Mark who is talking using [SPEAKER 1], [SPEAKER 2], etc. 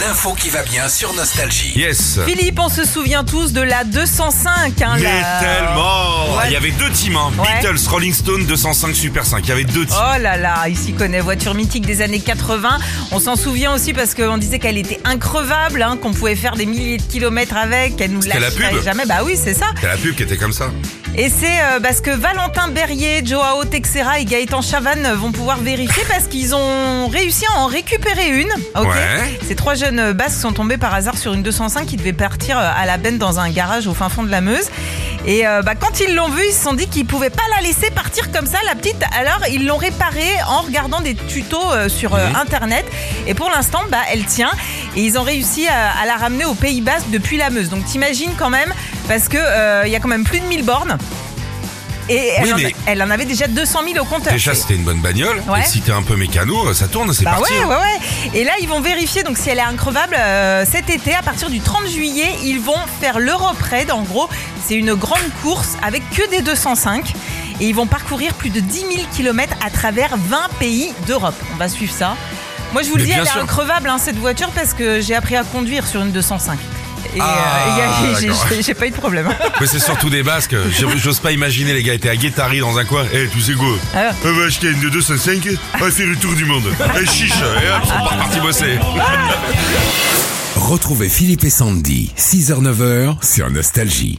[SPEAKER 1] L'info qui va bien sur Nostalgie.
[SPEAKER 2] Yes.
[SPEAKER 3] Philippe, on se souvient tous de la 205. Hein,
[SPEAKER 2] Mais
[SPEAKER 3] la-
[SPEAKER 2] tellement
[SPEAKER 3] Ouais.
[SPEAKER 2] Il y avait deux teams, hein.
[SPEAKER 3] Ouais.
[SPEAKER 2] Beatles, Rolling Stone, 205, Super 5. Il y avait deux teams.
[SPEAKER 3] Oh là là, ici connaît voiture mythique des années 80. On s'en souvient aussi parce qu'on disait qu'elle était increvable, hein, qu'on pouvait faire des milliers de kilomètres avec, qu'elle nous
[SPEAKER 2] C'était la
[SPEAKER 3] lâcherait
[SPEAKER 2] pub.
[SPEAKER 3] jamais. Bah oui, c'est ça.
[SPEAKER 2] C'est la pub qui était comme ça.
[SPEAKER 3] Et c'est euh, parce que Valentin Berrier, Joao Texera et Gaëtan Chavannes vont pouvoir vérifier parce qu'ils ont réussi à en récupérer une. Ok.
[SPEAKER 2] Ouais.
[SPEAKER 3] Ces trois jeunes basques sont tombés par hasard sur une 205 qui devait partir euh, à la benne dans un garage au fin fond de la Meuse. Et euh, bah, quand ils l'ont vue, ils se sont dit qu'ils pouvaient pas la laisser partir comme ça, la petite. Alors ils l'ont réparée en regardant des tutos euh, sur euh,
[SPEAKER 2] Mhm.
[SPEAKER 3] internet. Et pour l'instant, bah, elle tient. Et ils ont réussi à, à la ramener au Pays Basque depuis la Meuse. Donc t'imagines quand même, parce que euh, il y a quand même plus de 1000 bornes. Et elle,
[SPEAKER 2] Oui,
[SPEAKER 3] en,
[SPEAKER 2] mais-
[SPEAKER 3] elle en avait déjà 200 000 au compteur.
[SPEAKER 2] Déjà,
[SPEAKER 3] C'est-
[SPEAKER 2] c'était une bonne bagnole.
[SPEAKER 3] Ouais.
[SPEAKER 2] Et si t'es un peu mécano, euh, ça tourne, c'est
[SPEAKER 3] bah
[SPEAKER 2] parti. hein.
[SPEAKER 3] ouais, ouais, ouais. Et là, ils vont vérifier. Donc, si elle est increvable, euh, cet été, à partir du 30 juillet, ils vont faire l'Europe Raid. En gros, c'est une grande course avec que des 205. Et ils vont parcourir plus de 10 000 km à travers 20 pays d'Europe. On va suivre ça. Moi, je vous le
[SPEAKER 2] Mais
[SPEAKER 3] dis, elle
[SPEAKER 2] bien
[SPEAKER 3] est
[SPEAKER 2] sûr.
[SPEAKER 3] increvable, hein, cette voiture, parce que j'ai appris à conduire sur une 205. Et
[SPEAKER 2] Ah,
[SPEAKER 3] euh, y a- j'ai-
[SPEAKER 2] d'accord.
[SPEAKER 3] j'ai- j'ai pas eu de problème.
[SPEAKER 2] Mais c'est surtout des basques. J'ai- J'ose pas imaginer, les gars étaient à Guétari dans un coin. Eh, tu sais quoi
[SPEAKER 3] Ah.
[SPEAKER 2] On va acheter une de 205, on va faire Ah, le tour du monde. Eh, chiche Et hop, on part parti bosser.
[SPEAKER 1] Retrouvez Philippe et Sandy, 6h-9h sur Nostalgie.